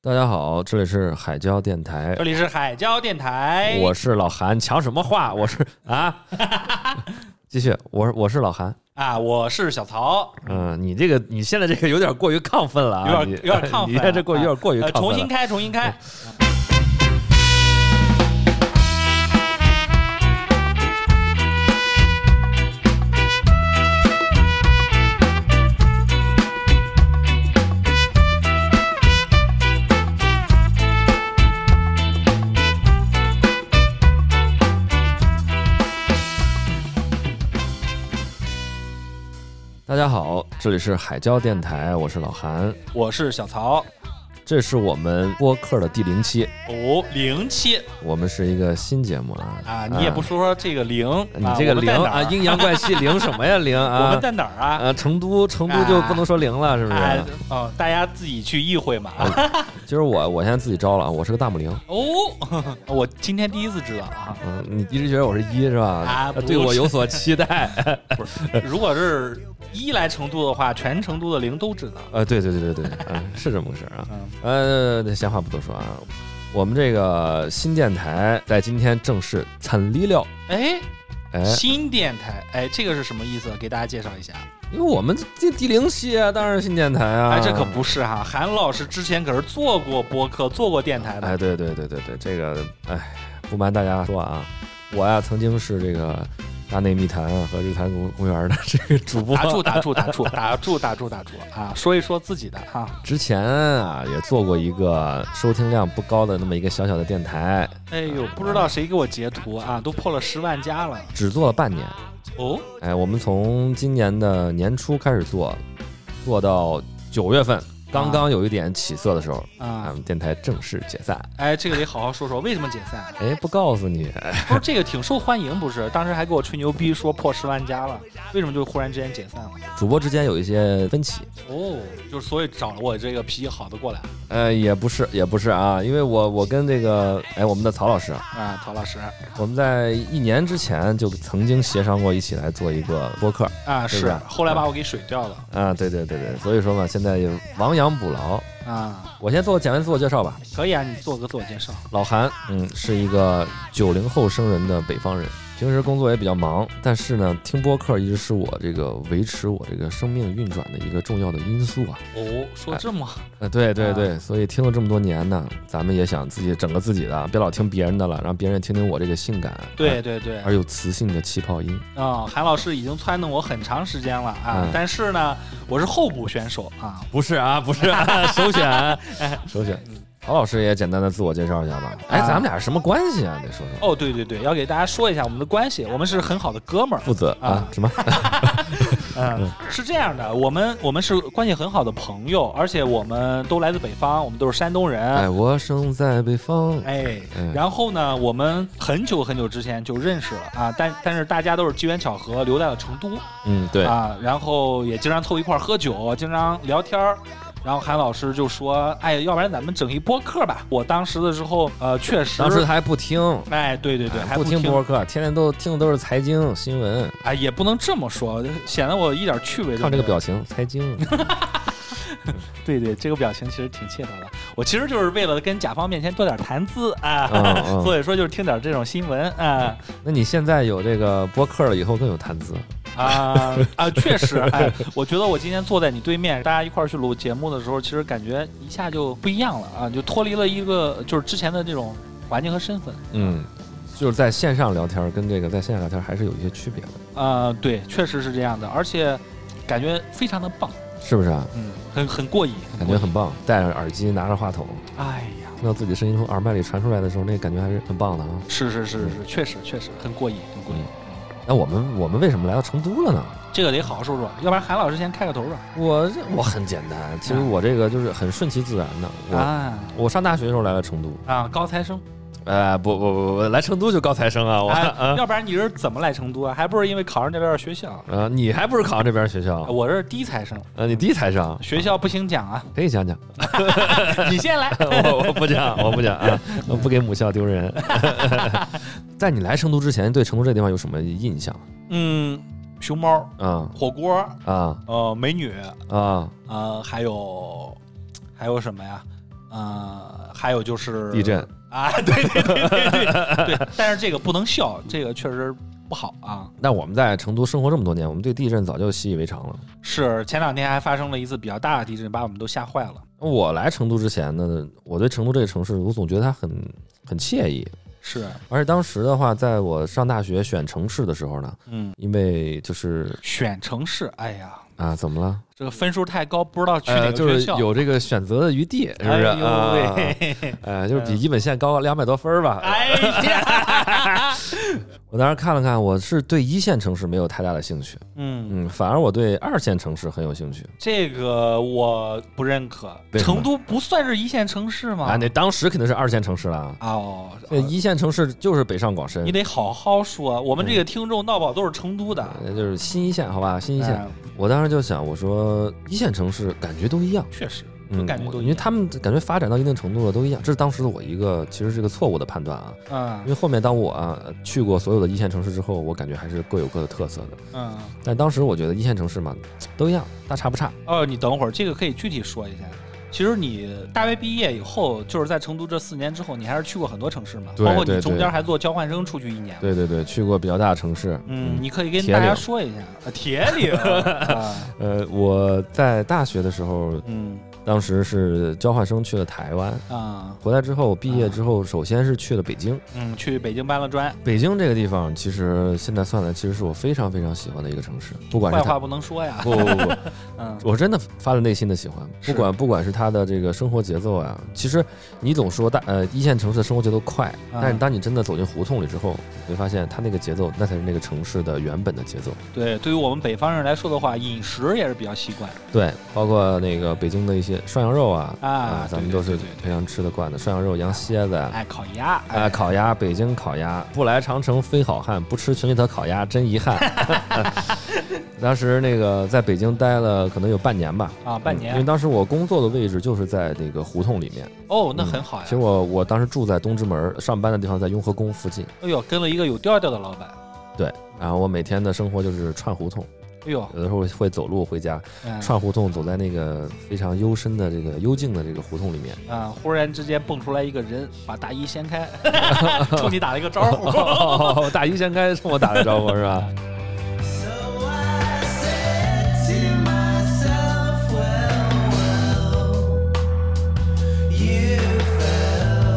大家好，这里是海交电台这，里是海交电台，我是老韩，抢什么话？我是 啊，继续，我是我是老韩。啊，我是小曹，嗯、你这个你现在这个有点过于亢奋了、啊，有点你有点亢奋啊 你现在这过有点过于亢呃，奋了。嗯重新开，重新开，大家好，这里是海交电台，我是老韩，我是小曹，这是我们播客的第零期，哦，零七我们是一个新节目啊。啊，你也不说说这个零，你啊这个我零们在哪啊，儿阴阳怪气零什么 呀零啊？我们在哪儿啊？啊，成都，成都就不能说零了，是啊嗯不是？哎，哦，大家自己去意会嘛。今儿我我现在自己招了，啊，我是个大母零。哦，我今天第一次知道啊。 嗯，你一直觉得我是一是吧？啊不对我有所期待。 不是，如果是一来成都的话，全成都的零都知道。呃，对对对对对，嗯，是这么回事啊。嗯，呃，那闲话不多说啊，我们这个新电台在今天正式产力了。哎，哎，新电台，哎，这个是什么意思？给大家介绍一下。因为我们这第零期啊，当然是新电台啊。哎，这可不是哈，韩老师之前可是做过播客、做过电台的。哎，对对对对对，这个哎，不瞒大家说啊，我呀、曾经是这个大内密谈啊和日坛公公园的这个主播，打 住！打住！打住！打住！打住！打住！啊，说一说自己的啊。之前啊也做过一个收听量不高的那么一个小小的电台，哎呦，不知道谁给我截图啊，都破了十万加了。只做了半年。哦，哎，我们从今年的年初开始做，做到九月份，刚刚有一点起色的时候，俺啊，们电台正式解散。哎，这个得好好说说，为什么解 散？哎，不告诉你，不是这个挺受欢迎，不是？当时还给我吹牛逼说破十万加了，为什么就忽然之间解散了？主播之间有一些分歧。哦，就是所以找了我这个脾气好的过来呃，也不是，也不是啊，因为我我跟这个哎，我们的曹老师，啊，啊，陶老师我们在一年之前就曾经协商过一起来做一个播客对啊，是吧嗯后来把我给水掉了啊，对对对对，所以说嘛，现在也亡羊补牢。啊，我先做个简单自我介绍吧，可以啊，你做个自我介绍。老韩，嗯，是一个九零后生人的北方人，平时工作也比较忙，但是呢，听播客一直是我这个维持我这个生命运转的一个重要的因素啊。哦，说这么呃，对对对，所以听了这么多年呢，咱们也想自己整个自己的，别老听别人的了，让别人听听我这个性感，对对对，而有磁性的气泡音。嗯，韩老师已经撺掇我很长时间了啊，嗯但是呢，我是候补选手啊。不是啊，不是、啊、首选，首选。曹老师也简单的自我介绍一下吧。哎，啊咱们俩是什么关系啊？得说说。 哦，对对对，要给大家说一下我们的关系，我们是很好的哥们儿。负责啊啊？什 么？嗯，是这样的，我们我们是关系很好的朋友，而且我们都来自北方，我们都是山东哎，人。我生在北方。哎嗯，然后呢，我们很久很久之前就认识了啊，但但是大家都是机缘巧合留在了成都嗯，对，啊，然后也经常凑一块儿喝酒，经常聊天儿。然后韩老师就说：“哎，要不然咱们整一播客吧。”我当时的时候，呃，确实当时他还不听，哎，对对对，还不听听播客，天天都听的都是财经新闻。哎，也不能这么说，显得我一点趣味都没有。看这个表情，财经。 对对，这个表情其实挺切合的。我其实就是为了跟甲方面前多点谈资啊，嗯嗯 所以说就是听点这种新闻啊那你现在有这个播客了，以后更有谈资。 啊啊！确实，哎，我觉得我今天坐在你对面，大家一块儿去录节目的时候，其实感觉一下就不一样了啊，就脱离了一个就是之前的这种环境和身份。嗯，就是在线上聊天儿跟这个在线下聊天儿还是有一些区别的，啊，对，确实是这样的，而且感觉非常的棒，是不是啊？嗯，很很过瘾，很感过觉瘾。很棒，戴上耳机，拿着话筒，哎呀。听到自己声音从耳麦里传出来的时候，那感觉还是很棒的啊。是是是是，确实确实很过瘾，很嗯过瘾。那我们我们为什么来到成都了呢？这个得好好说说，要不然韩老师先开个头吧。我这我很简单，其实我这个就是很顺其自然的。我啊我上大学的时候来了成都，啊，高材生，呃，不不不不，来成都就高材生啊，我哎啊，要不然你是怎么来成都啊？还不是因为考上这边的学校？呃，你还不是考上这边学校？啊我是低材生，呃，你低材生，学校不兴讲啊，可以讲 讲。 你先来。我我不 讲，我不讲啊，我不给母校丢人。在你来成都之前，对成都这地方有什么印象？ 嗯，熊猫、啊火锅，啊呃，美女，啊！呃，还有还有什么呀？呃，还有就是地震啊， 对对对对对对，但是这个不能笑，这个确实不好啊。那我们在成都生活这么多年，我们对地震早就习以为常了。是前两天还发生了一次比较大的地震，把我们都吓坏了。我来成都之前呢，我对成都这个城市，我总觉得它很很惬意。是，而且当时的话，在我上大学选城市的时候呢，嗯，因为就是选城市，哎呀，啊，怎么了？这个分数太高，不知道去哪呃个就是学校。有这个选择的余地，是不哎是？呦啊喂，呃，就是比一本线高两百多分儿吧。哎呀， 我当时看了看，我是对一线城市没有太大的兴趣，嗯，嗯，反而我对二线城市很有兴趣。这个我不认可。为什么成都不算是一线城市吗？啊，那当时肯定是二线城市了。啊哦，这一线城市就是北上广深你，得好好说。我们这个听众闹宝都是成都的，嗯呃就是新一线，好吧，新一线。哎我当时就想，我说一线城市感觉都一样，确实，嗯，感觉都一样因为他们感觉发展到一定程度了都一样，这是当时的我一个其实是个错误的判断啊。因嗯为后面当我、啊、去过所有的一线城市之后，我感觉还是各有各的特色的。嗯。但当时我觉得一线城市嘛都一样，大差不差。哦，你等会儿，这个可以具体说一下。其实你大学毕业以后，就是在成都这四年之后，你还是去过很多城市嘛，对包括对你中对间还做交换生出去一年嘛。对对对，去过比较大的城市，嗯，你可以跟铁大家岭 说一下啊，铁岭啊，呃，我在大学的时候，嗯当时是交换生去了台湾，啊，回来之后毕业之后，首先是去了北京。嗯，去北京搬了砖，北京这个地方，其实现在算来，其实是我非常非常喜欢的一个城市，不管坏是话它。不能说呀。不不不不， 嗯我真的发自内心的喜欢，是不管不管是它的这个生活节奏啊，其实你总说大呃一线城市的生活节奏快，嗯但是当你真的走进胡同里之后，你会发现它那个节奏，那才是那个城市的原本的节奏。对，对于我们北方人来说的话，饮食也是比较习惯对，包括那个北京的一些涮羊肉啊啊咱们对都对是对对哎非常吃得惯的涮羊肉、羊蝎子啊，爱烤鸭，啊，烤鸭，北京烤鸭，不来长城非好汉，不吃全聚德烤鸭真遗憾。 当时那个在北京待了可能有半年吧，啊，半嗯因为年当时我工作的位置就是在那个胡同里面。哦，那很好呀其实。我我当时住在东直门，上班的地方在雍和宫附近。哎呦，跟了一个有调调的老板，对，然后我每天的生活就是串胡同，哎呦，有的时候会走路回家，嗯串胡同，走在那个非常幽深的这个幽静的这个胡同里面。啊！忽然之间蹦出来一个人，把大衣 掀开， 冲你打了一个招呼。哦， 大姨先该冲我打个招呼是吧？ So I said to myself, well, well, you fell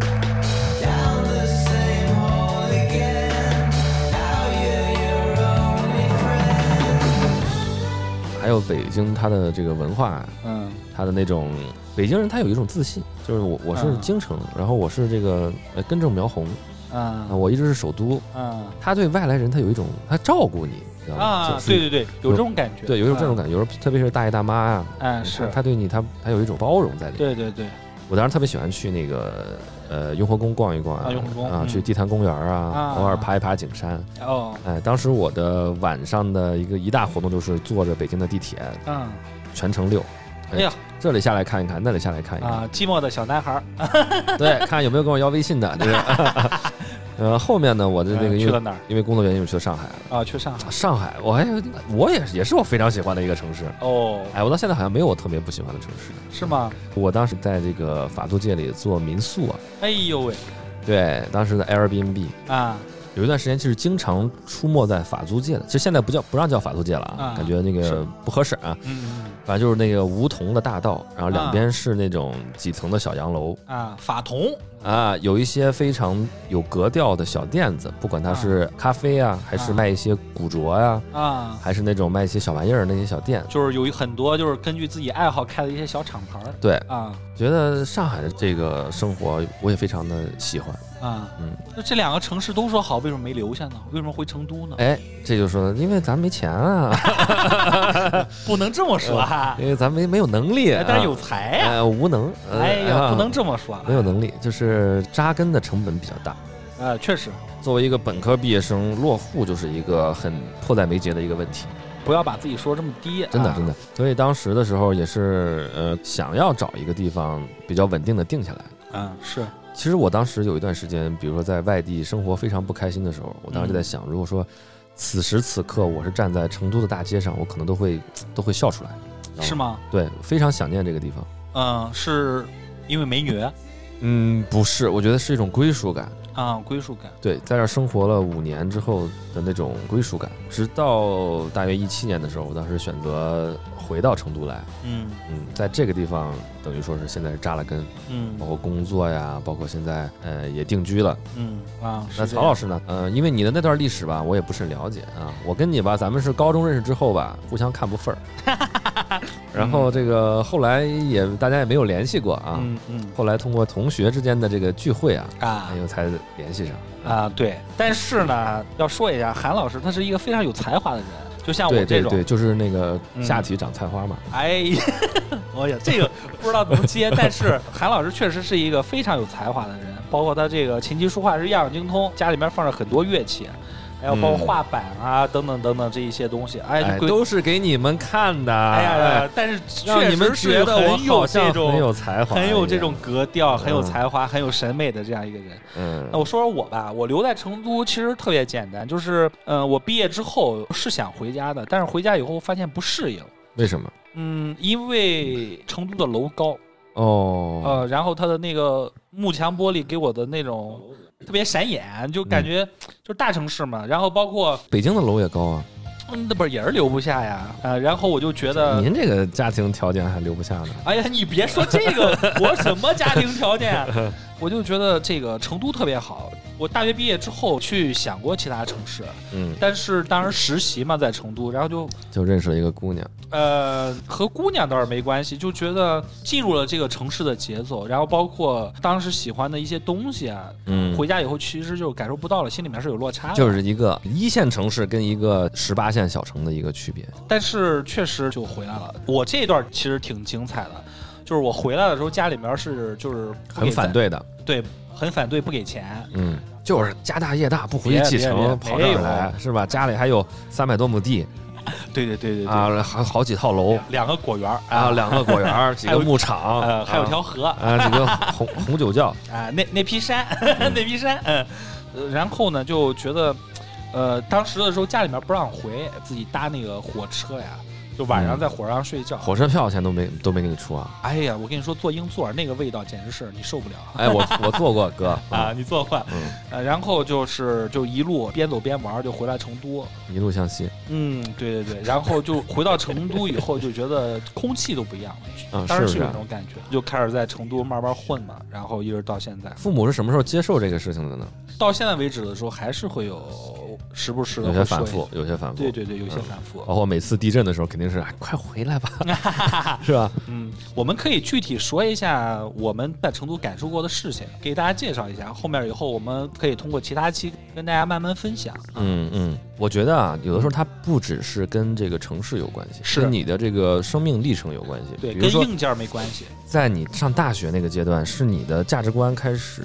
down the same hole again. Now you're your only friend. 还有北京它的这个文化，嗯他的那种北京人，他有一种自信，就是我我是嗯京城，然后我是这个呃根正苗红啊，啊我一直是首都。啊他对外来人，他有一种他照顾你，知道吗？啊！嗯就是对对对，有这种感觉，对，有一种这种感感觉，有时候特别是大爷大妈啊，觉。嗯，是，他对你他他有一种包容在里面。对对对，我当时特别喜欢去那个呃雍和宫逛一逛啊雍和宫啊，嗯去地坛公园啊啊，偶尔爬一爬景山。哦，哎，当时我的晚上的一个一大活动就是坐着北京的地铁嗯，全程溜，哎呀这里下来看一看，那里下来看一看 啊，寂寞的小男孩儿，对，看有没有跟我要微信的，就是， 呃，后面呢，我的那个嗯因去了为哪儿因为工作原因，我去了上海了。啊？去上海。上海，我还我也也是我非常喜欢的一个城市。哦，哎，我到现在好像没有我特别不喜欢的城市。是吗？我当时在这个法租界里做民宿啊，哎呦喂，对，当时的 Airbnb 啊有一段时间，其实经常出没在法租界的。其实现在不叫不让叫法租界了啊啊，感觉那是个不合适啊。嗯反正就是那个梧桐的大道，然后啊两边是那种几层的小洋楼，啊，法桐啊，有一些非常有格调的小店子，不管它是咖啡啊，还是卖一些古着呀、啊，还是那种卖一些小玩意儿那些小店。就是有一很多就是根据自己爱好开的一些小厂牌儿对，啊觉得上海的这个生活我也非常的喜欢。啊。嗯，那这两个城市都说好，为什么没留下呢？为什么回成都呢？哎，这就说，因为咱没钱 啊，不能这么说哈，因为咱没没有能力、啊哎，但是有才呀。呃无能，呃哎呀，啊不能这么说。没有能力，就是扎根的成本比较大。呃，确实，作为一个本科毕业生，落户就是一个很迫在眉睫的一个问题。不要把自己说这么低。真的啊真的。所以当时的时候也是呃，想要找一个地方比较稳定的定下来。嗯，是其实我当时有一段时间，比如说在外地生活非常不开心的时候，我当时就在想，如果 说此时此刻我是站在成都的大街上，我可能都会都会笑出来。啊是吗？对，非常想念这个地方。嗯，是因为美女啊、嗯，不是，我觉得是一种归属感。归属感。对，在这儿生活了五年之后的那种归属感，直到大约一七年的时候，我当时选择回到成都来。嗯嗯，在这个地方等于说是现在是扎了根，包嗯括工作呀，包括现在呃也定居了。嗯啊，那曹老师呢？呃，因为你的那段历史吧，我也不是很了解啊。我跟你吧，咱们是高中认识之后吧，互相看不份儿， 然后这个后来也大家也没有联系过啊。嗯嗯后来通过同学之间的这个聚会啊，啊哎呦才联系上。啊，对。但是呢，要说一下，韩老师他是一个非常有才华的人，就像我对这对种，对，就是那个嗯下体长菜花嘛。哎呀， 哎呀，这个不知道怎么接，但是韩老师确实是一个非常有才华的人，包括他这个琴棋书画是样样精通，家里面放着很多乐器，还有包嗯括画板啊、等等等等这一些东西，哎，哎，归都是给你们看的。哎呀哎，但是确 让你们实觉是得我很好有像这很种。有才华，很有这种。格调，很有嗯才华，很有审美的这样一个人。嗯那，我说说我吧，我留在成都其实特别简单，就是，嗯，我毕业之后是想回家的，但是回家以后发现不适应，为什么？嗯，因为成都的楼高，哦，呃，然后它的那个幕墙玻璃给我的那种特别闪眼，就嗯感觉就是大城市嘛。然后包括北京的楼也高啊。嗯，那不是也是留不下呀？呃，然后我就觉得，您这个家庭条件还留不下呢。哎呀，你别说这个，我什么家庭条 件啊？我就觉得这个成都特别好。我大学毕业之后去想过其他城市，嗯，但是当时实习嘛，在成都，然后就就认识了一个姑娘。呃，和姑娘倒是没关系，就觉得进入了这个城市的节奏，然后包括当时喜欢的一些东西啊，嗯回家以后其实就感受不到了，心里面是有落差的。就是一个一线城市跟一个十八线小城的一个区别。但是确实就回来了。我这一段其实挺精彩的，就是我回来的时候，家里面是就是不给很反，对的。对，很反对，不给钱。嗯，就是家大业大，不回去继别别承，别跑这没有儿来是吧？家里还有三百多亩地对对对对对，啊，还好几套楼两个果园儿啊，，两个果园 儿，几个牧场，呃，还有条啊河啊啊，几个红 红酒窖。那那批山， 那批山，嗯、呃然后呢就觉得，呃，当时的时候家里面不让回，自己搭那个火车呀，就晚上嗯在火车上睡觉。火车票钱都没都没给你出啊！哎呀，我跟你说，坐硬座儿那个味道简直是你受不了。哎， 我我坐过哥啊，，你做饭，嗯呃，然后就是就一路边走边玩儿，就回来成都。一路向西嗯，对对对，然后就回到成都以后，就觉得空气都不一样了啊，当时是是不有是这种感觉，就开始在成都慢慢混嘛，然后一直到现在，父母是什么时候接受这个事情的呢？到现在为止的时候，还是会有时不时的有些反复，会说一有些反复。对对对，有些嗯反复。包括每次地震的时候，肯定是、哎、快回来吧， 是吧？ 嗯，我们可以具体说一下我们在成都感受过的事情，给大家介绍一下。后面以后我们可以通过其他期跟大家慢慢分享。嗯嗯，我觉得啊，有的时候它不只是跟这个城市有关系，是跟你的这个生命历程有关系。对，比如跟说硬件儿没关系，在你上大学那个阶段，是你的价值观开始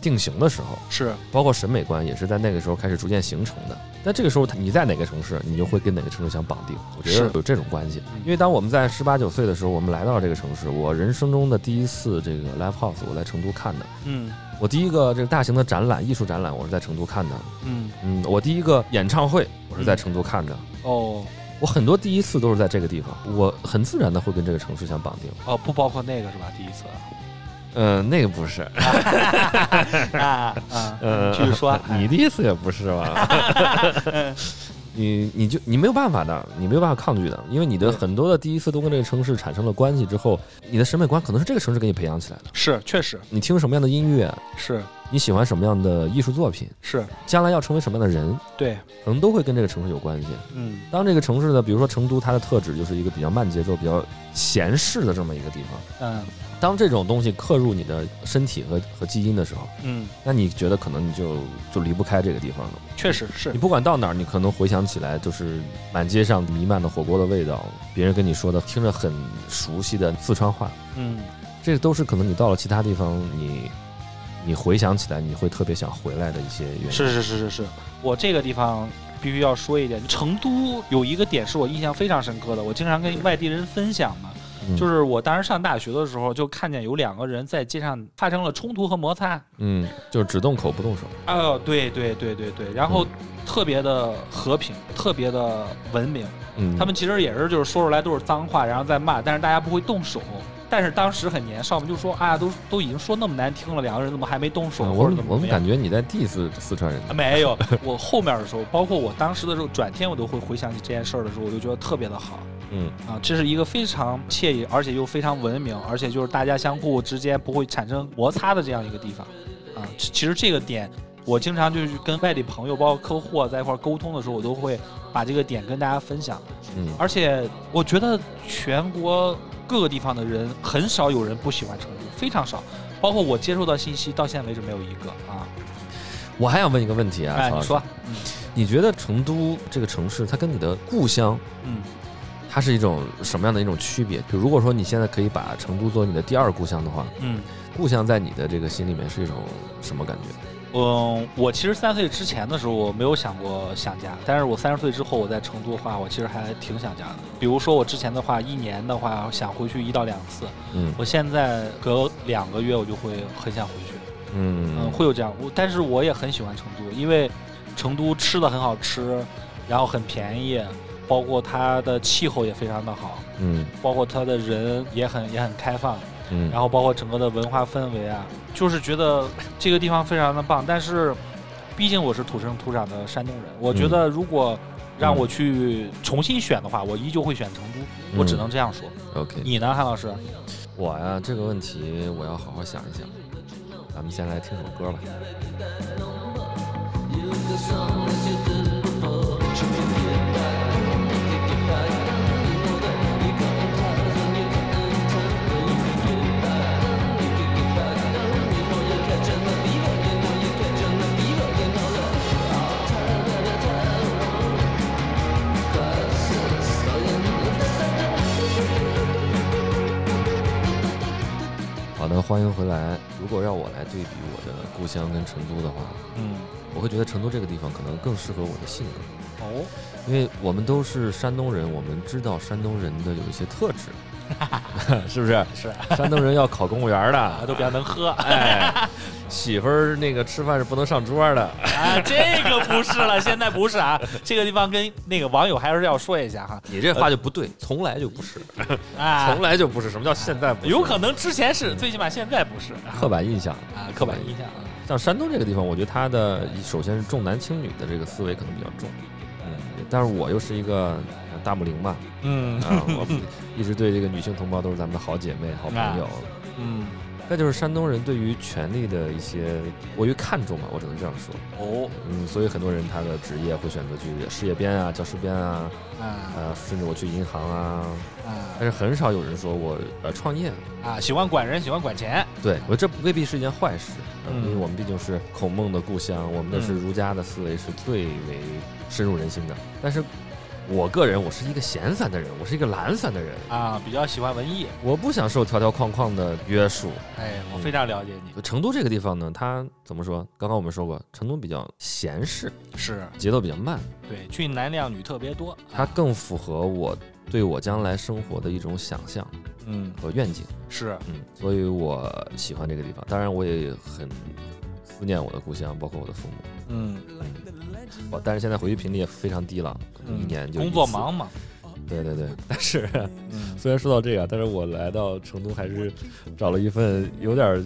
定型的时候，是包括审美观也是在那个时候开始逐渐形成的。但这个时候你在哪个城市，你就会跟哪个城市相绑定。我觉得是有这种关系嗯。因为当我们在十八九岁的时候，我们来到了这个城市，我人生中的第一次这个 live house，我在成都看的。嗯我第一个这个大型的展览，艺术展览，我是在成都看的。嗯嗯，我第一个演唱会我是在成都看的。哦我很多第一次都是在这个地方，我很自然的会跟这个城市相绑定。哦，不包括那个是吧？第一次嗯、那个不是，啊 啊，呃，继续说，你第一次也不是吧？ 你你就你没有办法的，你没有办法抗拒的，因为你的对很多的第一次都跟这个城市产生了关系之后，你的审美观可能是这个城市给你培养起来的。是确实你听什么样的音乐，是你喜欢什么样的艺术作品，是将来要成为什么样的人，对，可能都会跟这个城市有关系。嗯当这个城市呢，比如说成都，它的特质就是一个比较慢节奏、比较闲适的这么一个地方。嗯当这种东西刻入你的身体和和基因的时候，嗯，那你觉得可能你就就离不开这个地方了。确实是你不管到哪儿，你可能回想起来就是满街上弥漫的火锅的味道，别人跟你说的听着很熟悉的四川话，嗯这都是可能你到了其他地方，你你回想起来你会特别想回来的一些原因。是是是是是，我这个地方。必须要说一点，成都有一个点是我印象非常深刻的，我经常跟外地人分享嘛，嗯就是我当时上大学的时候，就看见有两个人在街上发生了冲突和摩擦。嗯，就是只动口不动手，哦，对对对对对，然后特别的和平，特别的文明。嗯，他们其实也是就是说出来都是脏话，然后再骂，但是大家不会动手。但是当时很年少嘛，就说啊，都都已经说那么难听了，两个人怎么还没动手，啊或我者们怎么我怎们么样？感觉你在 diss 四川人，啊 没有，我后面的时候，包括我当时的时候，转天我都会回想起这件事儿的时候，我就觉得特别的好嗯啊，这是一个非常惬意，而且又非常文明，而且就是大家相互之间不会产生摩擦的这样一个地方啊。其其实这个点，我经常就是跟外地朋友，包括客户啊，在一块儿沟通的时候，我都会把这个点跟大家分享。嗯，而且我觉得全国各个地方的人很少有人不喜欢成都，非常少。包括我接触到信息，到现在为止没有一个啊。我还想问一个问题啊，哎，曹你老师说，你觉得成都这个城市，它跟你的故乡，嗯，它是一种什么样的一种区别？就如果说你现在可以把成都作为你的第二故乡的话，嗯故乡在你的这个心里面是一种什么感觉？嗯，我其实三岁之前的时候，我没有想过想家，但是我三十岁之后，我在成都的话，我其实还挺想家的。比如说我之前的话，一年的话想回去一到两次，嗯我现在隔两个月我就会很想回去。嗯，嗯会有这样。我但是我也很喜欢成都，因为成都吃的很好吃，然后很便宜，包括它的气候也非常的好，嗯包括它的人也很也很开放，嗯，然后包括整个的文化氛围啊，就是觉得这个地方非常的棒。但是，毕竟我是土生土长的山东人，嗯我觉得如果让我去重新选的话，我依旧会选成嗯都，我只能这嗯样说。 OK，你呢，韩老师？我呀、这个问题我要好好想一想。咱们先来听首歌吧。好的，欢迎回来。如果让我来对比我的故乡跟成都的话，嗯，我会觉得成都这个地方可能更适合我的性格。哦，因为我们都是山东人，我们知道山东人的有一些特质， 是不是？啊是，山东人要考公务员啊，的，都比较能喝。哎，媳妇儿那个吃饭是不能上桌的，啊，这个不是了，现在不是啊，这个地方跟那个网友还是要说一下哈， 你这话就不对，从来就不是，啊从，来就不是。什么叫现在不是？有可能之前是，最起码现在不是刻板印象啊，刻板印象啊，像山东这个地方，我觉得它的首先是重男轻女的这个思维可能比较重，嗯，但是我又是一个呃大母零吧，嗯啊， 我一直对这个女性同胞都是咱们的好姐妹、好朋友。嗯，再就是山东人对于权力的一些过于看重吧，我只能这样说，哦，嗯，所以很多人他的职业会选择去事业编啊、教师编啊，啊呃，甚至我去银行啊，啊但是很少有人说我呃创业，啊，喜欢管人，喜欢管钱，对我这未必是一件坏事，呃嗯因为我们毕竟是孔孟的故乡，我们的是儒家的思维是最为深入人心的。但是，我个人我是一个闲散的人，我是一个懒散的人，啊，比较喜欢文艺，我不想受条条框框的约束。哎，我嗯非常了解你，成都这个地方呢，它怎么说？刚刚我们说过，成都比较闲适，是节奏比较慢，对，俊男靓女特别多，它更符合我对我将来生活的一种想象嗯，和愿景。是，嗯，所以我喜欢这个地方。当然，我也很思念我的故乡，包括我的父母。嗯我但是现在回去频率也非常低了，可能一嗯，年就一工作次。忙嘛，对对对，但是嗯虽然说到这个，但是我来到成都还是找了一份有点儿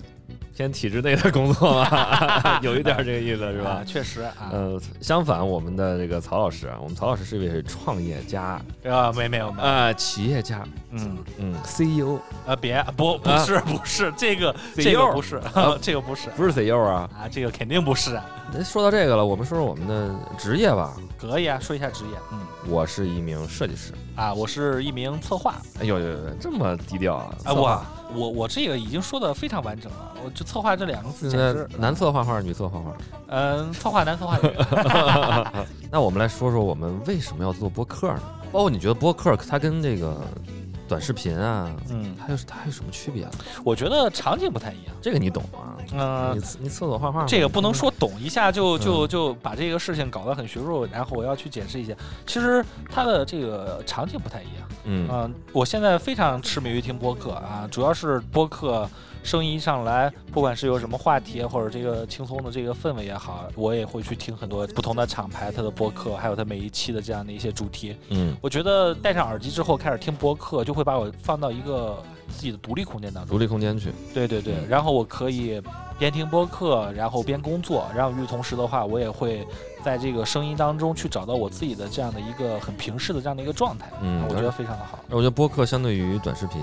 偏体制内的工作吧， 有一点儿这个意思是啊吧？确实啊，呃，相反，我们的这个曹老师啊，我们曹老师是一位创业家，啊，没没有没有，呃，企业家，嗯。嗯，CEO 啊，别不不啊是不是这个嘴这硬个儿不是呃这个不是不是 CEO 啊。啊，这个肯定不是啊，那说到这个了，我们说说我们的职业吧。可以啊，说一下职业，嗯我是一名设计师。啊，我是一名策划哎呦呦呦，这么低调啊！啊，策划我我我这个已经说的非常完整了，我就策划这两个字现在简直，男策画画，女策画 画。嗯，策划男策 划女，哦那我们来说说我们为什么要做播客呢？包括你觉得播客它跟这个短视频啊，嗯，还有还有什么区别啊？我觉得场景不太一样。这个你懂啊？嗯你，厕你厕所画画，这个不能说懂一下就就就把这个事情搞得很学术，然后我要去解释一下。其实它的这个场景不太一样。嗯，嗯，我现在非常痴迷于听播客啊，主要是播客声音一上来，不管是有什么话题或者这个轻松的这个氛围也好，我也会去听很多不同的厂牌它的播客，还有它每一期的这样的一些主题。嗯，我觉得戴上耳机之后开始听播客，就会把我放到一个自己的独立空间当中。独立空间去，对对嗯对，然后我可以边听播客，然后边工作。然后与此同时的话，我也会在这个声音当中去找到我自己的这样的一个很平视的这样的一个状态。嗯我觉得非常的好。我觉得播客相对于短视频，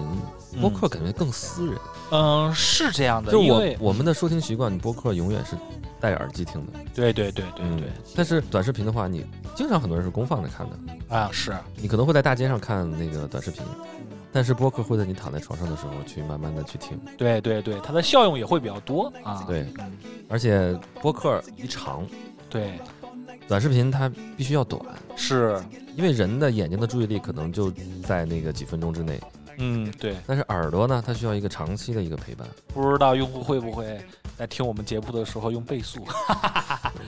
播嗯客感觉更私人。嗯，是这样的，就是因我为我们的收听习惯，播客永远是戴耳机听的，对对对嗯对对、但是短视频的话，你经常很多人是公放着看的，啊，是你可能会在大街上看那个短视频，但是播客会在你躺在床上的时候去慢慢的去听。对对对，它的效用也会比较多啊。对嗯而且播客一长，对短视频它必须要短，是，因为人的眼睛的注意力可能就在那个几分钟之内，嗯对，但是耳朵呢，它需要一个长期的一个陪伴。不知道用户会不会在听我们节目的时候用倍速？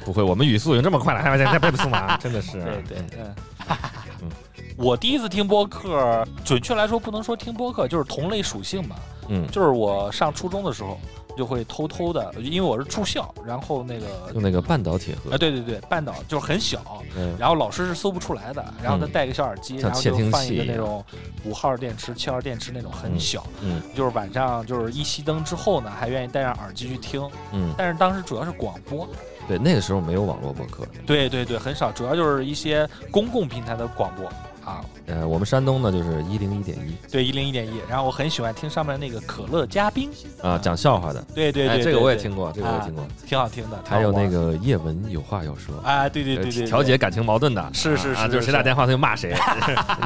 不会，我们语速已经这么快了，还还还背不住吗？真的是， 对对嗯，嗯嗯。我第一次听播客，准确来说不能说听播客，就是同类属性吧。嗯，就是我上初中的时候，就会偷偷的，因为我是住校，然后那个用那个半导铁盒啊，，对对对，半岛就是很小，嗯，然后老师是搜不出来的，然后他嗯戴个小耳机，像然后窃就听放器一个一那样种五号电池、七号电池那种很嗯小，嗯就是晚上就是一熄灯之后呢，还愿意戴上耳机去听。嗯，但是当时主要是广播，对，那个时候没有网络播客，对对对，很少，主要就是一些公共平台的广播啊。呃，我们山东呢就是一零一点一对，一零一点一，然后我很喜欢听上面那个可乐嘉宾，啊，讲笑话的，对对对哎，这个对我也对听过，这个我也听过，挺好听的。还有那挺好个叶文有话要说。玩儿啊，对对对呃对，对调节感情矛盾的，是是啊，是就是谁打是电话他就骂 谁，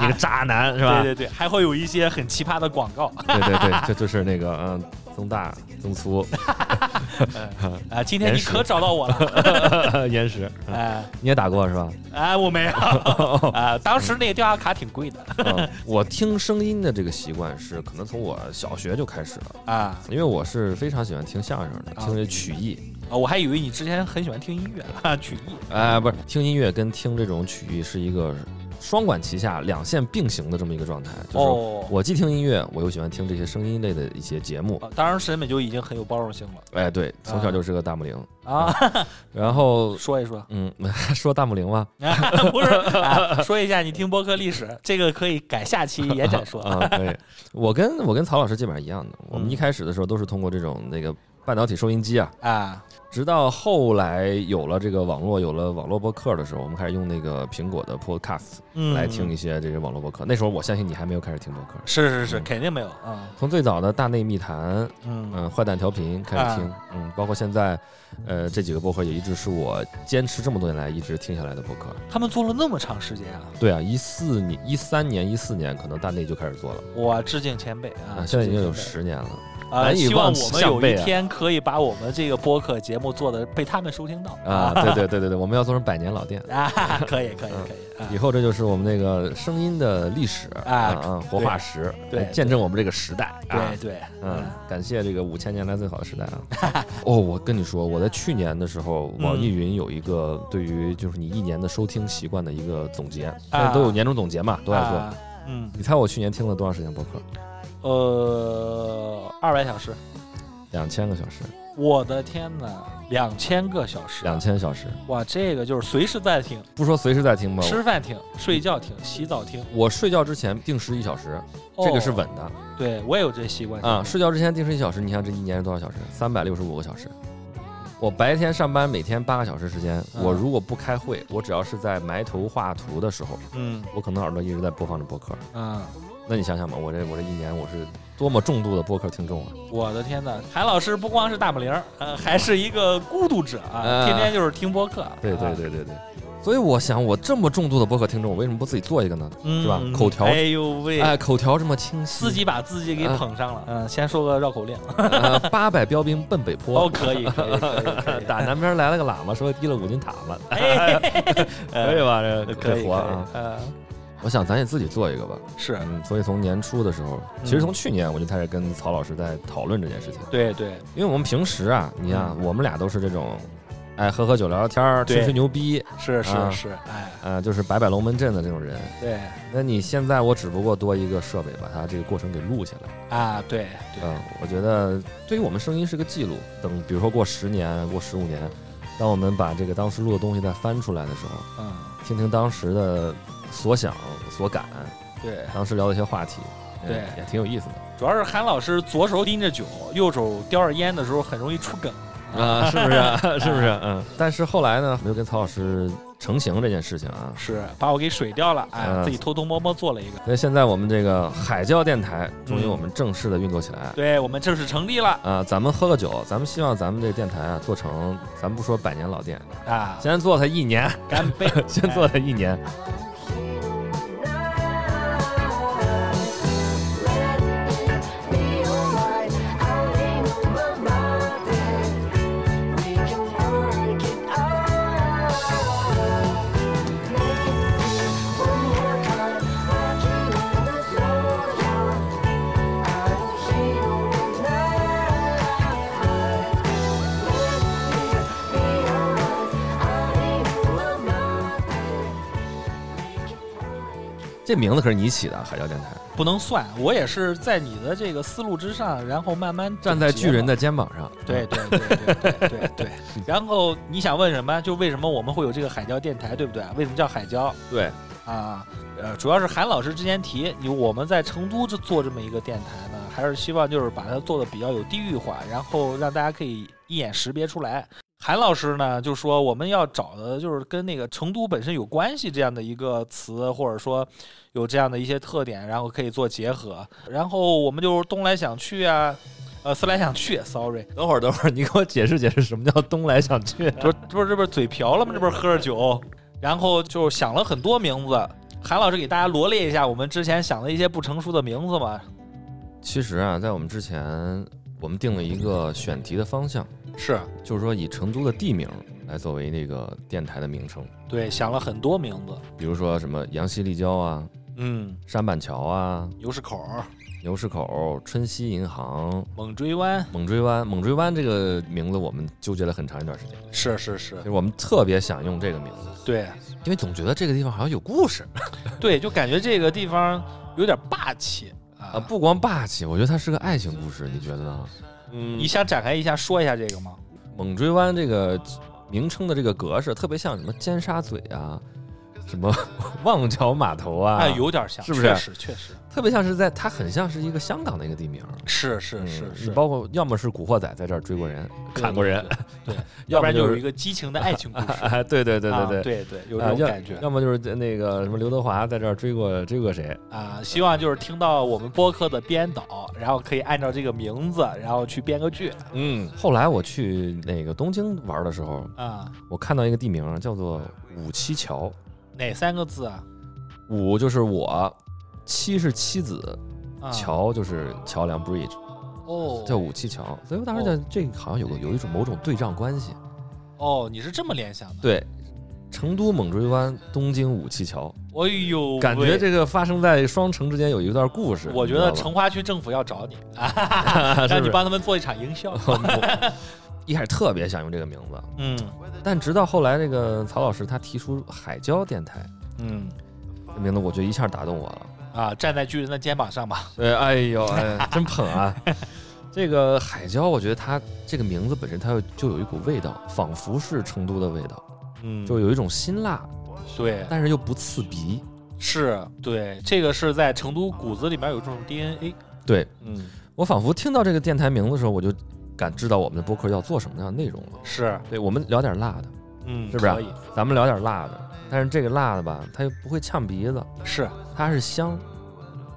你个渣男是吧？对对对，还会有一些很奇葩的广告，对对对，这就是那个嗯，增大、增粗、 嗯啊，今天延你时可找到我了，延时，嗯哎。你也打过是吧？哎，我 没有啊，当时那个电话卡挺贵的嗯我听声音的这个习惯是可能从我小学就开始了，啊，因为我是非常喜欢听相声的，听这曲艺，我还以为你之前很喜欢听音乐啊，曲艺哎，不是听音乐跟听这种曲艺是一个双管齐下、两线并行的这么一个状态，就是哦。我既听音乐，我又喜欢听这些声音类的一些节目。啊当然，审美就已经很有包容性了哎，对，从小就是个大木铃，啊。然后 说一说，嗯， 说大木铃吗？不是、啊说一下你听播客历史，这个可以改下期延 展说。啊，可以。我跟我跟曹老师基本上一样的，我们一开始的时候都是通过这种那个半导体收音机啊，啊直到后来有了这个网络，有了网络播客的时候，我们开始用那个苹果的 Podcast 嗯来听一些这些网络播客。那时候我相信你还没有开始听播客，是是是，肯定没有啊。从最早的大内密谈，嗯嗯，坏蛋调频开始听，啊嗯，包括现在，呃，这几个播客也一直是我坚持这么多年来一直听下来的播客。他们做了那么长时间啊，对啊，一四年、一三年、一四年可能大内就开始做了，我致敬前辈啊啊，，现在已经有致敬前辈十年了。啊，难以希望望我们向有一背啊天可以把我们这个播客节目做的被他们收听到 啊，对对对对对，我们要做成百年老店，啊，可以可以可以啊嗯以，后这就是我们那个声音的历史啊啊，活化石，对来见证我们这个时代啊对。对，嗯，感谢这个五千年来最好的时代啊！ 哦，我跟你说，我在去年的时候，嗯网易云有一个对于就是你一年的收听习惯的一个总结，现啊在都有年终总结嘛，都要做。啊嗯，你猜我去年听了多长时间播客？呃，二百小时，两千个小时，我的天哪，两千个小时，两千小时，哇，这个就是随时在听，不说随时在听吗？吃饭听，睡觉听，洗澡听，我睡觉之前定时一小时，这个是稳的。哦。对我也有这习惯啊，睡觉之前定时一小时，你想这一年是多少小时？三百六十五个小时。我白天上班每天八个小时时间，嗯我如果不开会，我只要是在埋头画图的时候，嗯我可能耳朵一直在播放着播客。嗯，那你想想吧，我这我这一年我是多么重度的播客听众啊！我的天哪，韩老师不光是大本铃儿，呃，还是一个孤独者啊，啊天天就是听播客。对对啊，对对对，所以我想，我这么重度的播客听众，我为什么不自己做一个呢？嗯是吧口条哎呦喂，哎，口条这么清晰，自己把自己给啊捧上了。嗯，先说个绕口令。呃 八百标兵奔北哦，坡，可以可以可 以可以。打南边来了个喇嘛，说提了五斤塔了，哎， 可以吧？这可以活啊！呃，我想咱也自己做一个吧。是嗯，所以从年初的时候，其实嗯从去年我就开始跟曹老师在讨论这件事情，对对因为我们平时啊，你看、嗯我们俩都是这种，哎，喝喝酒聊聊天儿，吹对吹牛逼，是啊是是，哎，呃，就是摆摆龙门阵的这种人。对那你现在我只不过多一个设备，把它这个过程给录下来。啊对对嗯，我觉得对于我们声音是个记录。等比如说过十年、过十五年，当我们把这个当时录的东西再翻出来的时候，嗯听听当时的所想、所感，对，当时聊的一些话题，嗯对也挺有意思主要是韩老师左手拎着酒，右手叼着烟的时候很容易出梗。的啊，是不是？是不是？嗯。 但是后来呢，我就跟曹老师成型这件事情啊，是把我给水掉了，哎，嗯自己偷偷摸摸做了一个。所以现在我们这个海教电台终于我们正式的运作起来。对我们正式成立了啊，咱们喝个酒，咱们希望咱们这电台啊做成，咱不说百年老店，啊！先做它一年，！干 杯哎先做它一年。这名字可是你起的，海教电台，不能算，我也是在你的这个思路之上，然后慢慢站在巨人的。的肩膀上。嗯 对对对对对对对。 然后你想问什么？就为什么我们会有这个海椒电台，对不对？啊为什么叫海椒对，啊？呃，主要是韩老师之前提，你我们在成都这做这么一个电台呢，还是希望就是把它做的比较有地域化，然后让大家可以一眼识别出来。韩老师呢，就说我们要找的就是跟那个成都本身有关系这样的一个词，或者说有这样的一些特点，然后可以做结合。然后我们就是东来想去啊，呃，思来想去，sorry，等会儿等会儿，你给我解释解释什么叫东来想去。啊这不这不是这不是嘴瓢了吗？这不是喝着酒，然后就想了很多名字。韩老师给大家罗列一下我们之前想的一些不成熟的名字嘛。其实啊，在我们之前，我们定了一个选题的方向，是就是说以成都的地名来作为那个电台的名称，对，想了很多名字。比如说什么杨溪立交啊、嗯，山板桥啊、牛市口、牛市口、春熙银行、猛追湾，猛追湾。猛追湾这个名字我们纠结了很长一段时间，是是，就是是我们特别想用这个名字，对因为总觉得这个地方好像有故事对，就感觉这个地方有点霸气啊，啊。不光霸气，我觉得它是个爱情故事，你觉得呢？你想展开一下说一下这个吗？嗯猛追湾这个名称的这个格式，特别像什么尖沙咀啊，什 么旺角码头啊，哎，有点像，是不确是实确实特别像是在它很像是一个香港的一个地名。是是嗯是你是，包括要么是古惑仔在这儿追过人、砍过人，对， 要要不不然然就就是有一个激情的爱情故事。 哎，对对对啊对对，对对，有啊这要种感觉。要么就是那个什么刘德华在这儿追过追过谁，啊，希望就是听到我们播客的编导，然后可以按照这个名字，然后去编个剧嗯，后来我去那个东京玩的时候，啊。我看到一个地名叫做五七桥，哪三个字啊？五就是我，七是妻子，啊桥就是桥梁 bridge，哦，叫五七桥。所以我当时在这个好像有个有一种某种对仗关系，哦，你是这么联想的？对。成都猛追湾，东京五七桥，哎呦，感觉喂。这个发生在双城之间有一段故事。我觉你知道得吧成华区政府 要找你，是 让不你是帮他们做一场营销。 一开始特别想用这个名字，嗯但直到后来这个曹老师他提出海椒电台嗯这名字，我就一下打动我了。啊，站在巨人的肩膀上吧。对，哎 呦，哎，真捧 啊！这个海椒，我觉得它这个名字本身它就有一股味道，仿佛是成都的味道，嗯，就有一种辛辣，对，但是又不刺鼻。是对，这个是在成都骨子里面有这种 DNA。对嗯，我仿佛听到这个电台名字的时候，我就感知到我们的播客要做什么样的内容了。是，对我们聊点辣的，嗯，是不是啊可以，咱们聊点辣的，但是这个辣的吧，它又不会呛鼻子，是它是香。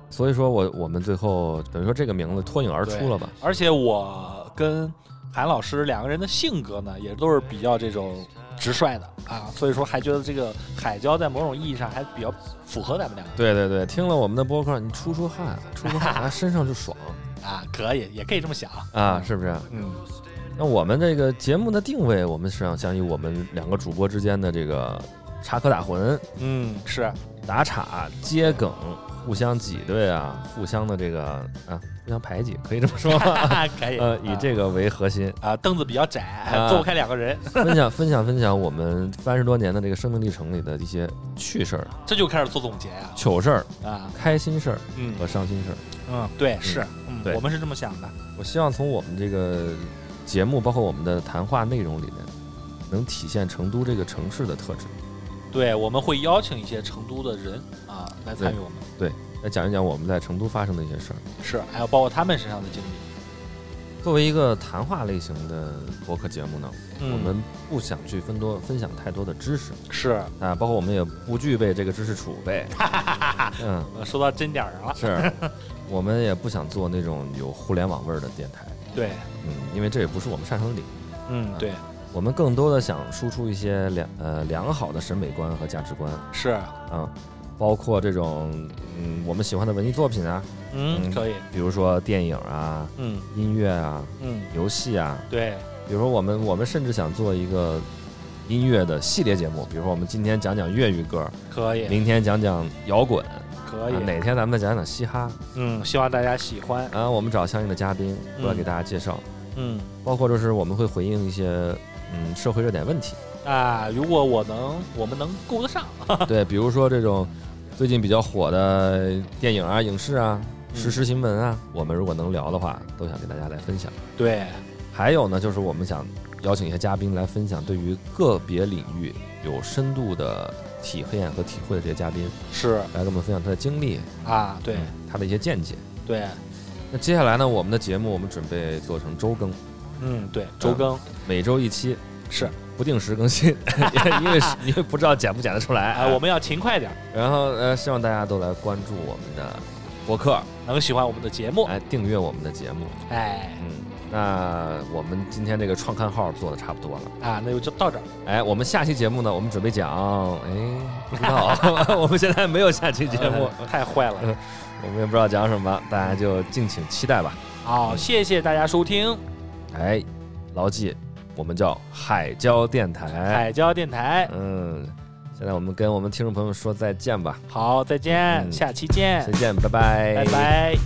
所以说我我们最后等于说这个名字脱颖而出了吧？而且我跟韩老师两个人的性格呢，也都是比较这种直率的啊，所以说还觉得这个海椒在某种意义上还比较符合咱们两个对对对，听了我们的播客，你出出汗，出出 汗，啊身上就爽啊，可以，也可以这么想，啊，是不是？嗯，那我们这个节目的定位，我们是想想以我们两个主播之间的这个插科打诨 嗯，是打岔、接梗、互相挤兑啊，互相的这个啊，互相排挤，可以这么说 吗？可以。呃，以这个为核心，啊凳子比较窄，啊坐不开两个人，分享分享分享我们三十多年的这个生命历程里的一些趣事儿、这就开始做总结啊糗事儿、啊开心事儿嗯和伤心事儿。嗯，对，是，嗯对我们是这么想的。我希望从我们这个节目，包括我们的谈话内容里面，能体现成都这个城市的特质。对，我们会邀请一些成都的人啊来参与我们，来讲一讲我们在成都发生的一些事儿。是，还有包括他们身上的经嗯历。作为一个谈话类型的播客节目呢，嗯我们不想去分多分享太多的知识是啊，包括我们也不具备这个知识储备。嗯，呃说到针点儿上了，是，我们也不想做那种有互联网味儿的电台。对，嗯，因为这也不是我们擅长的领域。嗯，对，我们更多的想输出一些良呃良好的审美观和价值观是，啊，包括这种嗯我们喜欢的文艺作品啊，嗯，嗯可以，比如说电影啊、嗯音乐啊、嗯，游戏啊，对，比如说我们我们甚至想做一个音乐的系列节目，比如说我们今天讲讲粤语歌，可以，明天讲讲摇滚，可啊以，哪天咱们再讲讲嘻哈嗯，希望大家喜欢，啊，我们找相应的嘉宾过来给大家介绍，嗯包括就是我们会回应一些嗯社会热点问题，啊，如果我能，我们能够得上， 对，比如说这种最近比较火的电影啊、影视啊、嗯时事新闻啊，我们如果能聊的话，都想给大家来分享。对，还有呢，就是我们想邀请一些嘉宾来分享对于个别领域有深度的体验和体会的这些嘉宾，是来跟我们分享他的经历，啊，对嗯他的一些见解。对，那接下来呢，我们的节目我们准备做成周更，嗯对，周更每周一期，嗯是不定时更新， 因为是因为不知道剪不剪得出来。啊，我们要勤快点儿，然后呃，希望大家都来关注我们的博客，能喜欢我们的节目，来订阅我们的节目。哎嗯，那我们今天这个创刊号做的差不多了。啊，那就就到这儿，哎，我们下期节目呢，我们准备讲，哎，不知 道，我们现在没有下期节目，哎太坏了。 我们也不知道讲什么，大家就敬请期待吧。好，谢谢大家收听哎，牢记，我们叫海椒电台。海椒电台。嗯，现在我们跟我们听众朋友们说再见吧，好，再见，嗯下期见再，见，拜拜拜。